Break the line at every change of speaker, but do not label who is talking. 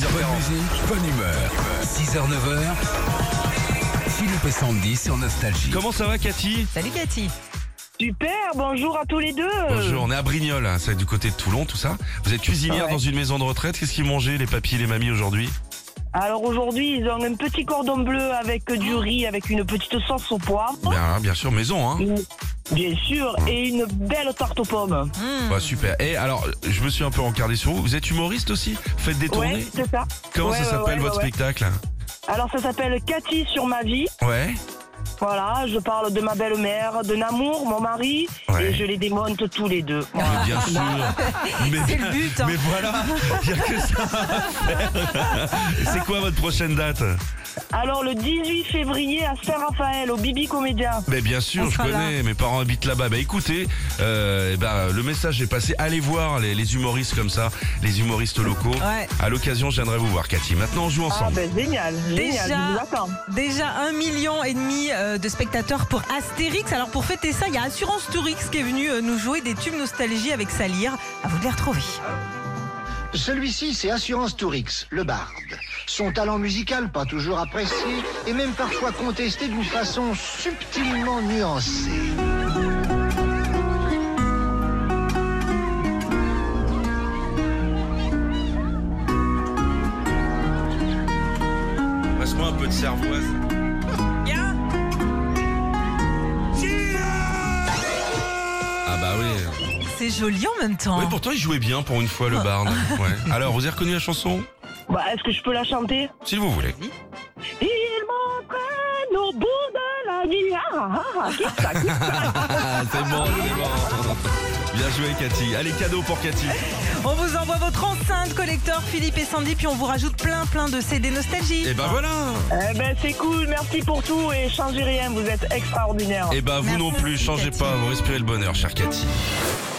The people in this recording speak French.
Bonne musique, bonne humeur. 6h, 9h. Philippe et Sandy sur Nostalgie.
Comment ça va Cathy
Salut Cathy.
Super, bonjour à tous les deux.
Bonjour, on est à Brignoles, hein, c'est du côté de Toulon tout ça. Vous êtes cuisinière
Ouais.
dans une maison de retraite, qu'est-ce qu'ils mangeaient les papis et les mamies aujourd'hui
Alors aujourd'hui, ils ont un petit cordon bleu avec du riz, avec une petite sauce au poivre.
Bien, bien sûr, maison hein.
Une- Bien sûr, et une belle tarte aux pommes.
Hmm.
Bah, super. Et alors, je me suis un peu encardé sur vous. Vous êtes humoriste aussi Faites des tournées
Ouais, c'est ça.
Comment
Ouais,
ça
ouais,
s'appelle
ouais,
votre
ouais.
spectacle
Alors ça s'appelle Cathy sur ma vie.
Ouais.
Voilà, je parle de ma belle-mère, de Namour, mon mari,
Ouais.
et je les démonte tous les deux. Voilà.
Mais bien sûr.
bah.
Mais,
C'est le but, hein.
mais voilà, il n'y a que ça à faire. C'est quoi votre prochaine date
Alors le 18 février à Saint-Raphaël, au Bibi Comédia.
Mais bien sûr,
On
je
sera
connais, mes parents habitent là-bas. Bah écoutez, euh, eh ben, le message est passé. Allez voir les, les humoristes comme ça, les humoristes locaux.
Ouais.
À l'occasion, je viendrai vous voir, Cathy. Maintenant, on joue
Ah
ensemble.
ben génial, génial,
Déjà.
je vous attends.
Déjà un million et demi euh, de spectateurs pour Astérix. Alors pour fêter ça, il y a Assurance Tourix qui est venue euh, nous jouer des tubes nostalgie avec sa lyre. À vous de les retrouver.
Celui-ci, c'est Assurance Tourix, le barde. Son talent musical, pas toujours apprécié, et même parfois contesté d'une façon subtilement nuancée.
Passe-moi un peu de cervoise. Ah bah oui.
C'est joli en même temps.
Oui, pourtant, il jouait bien pour une fois, le barde. Ouais. Alors, vous avez reconnu la chanson
Bah, Est-ce que je peux la chanter
Si vous voulez.
Ils m'entraînent au bout de la nuit. Ah, ah, ah, qu'est-ce que ça, qu'est-ce que ça
Ah, c'est bon, c'est bon. Bien joué, Cathy. Allez, cadeau pour Cathy.
On vous envoie votre enceinte collector Philippe et Sandy, puis on vous rajoute plein plein de CD nostalgie.
Et ben voilà.
Eh ben c'est cool, merci pour tout et changez rien, vous êtes extraordinaire.
Et ben vous
Merci,
non plus, changez
Cathy.
pas, vous respirez le bonheur, chère Cathy.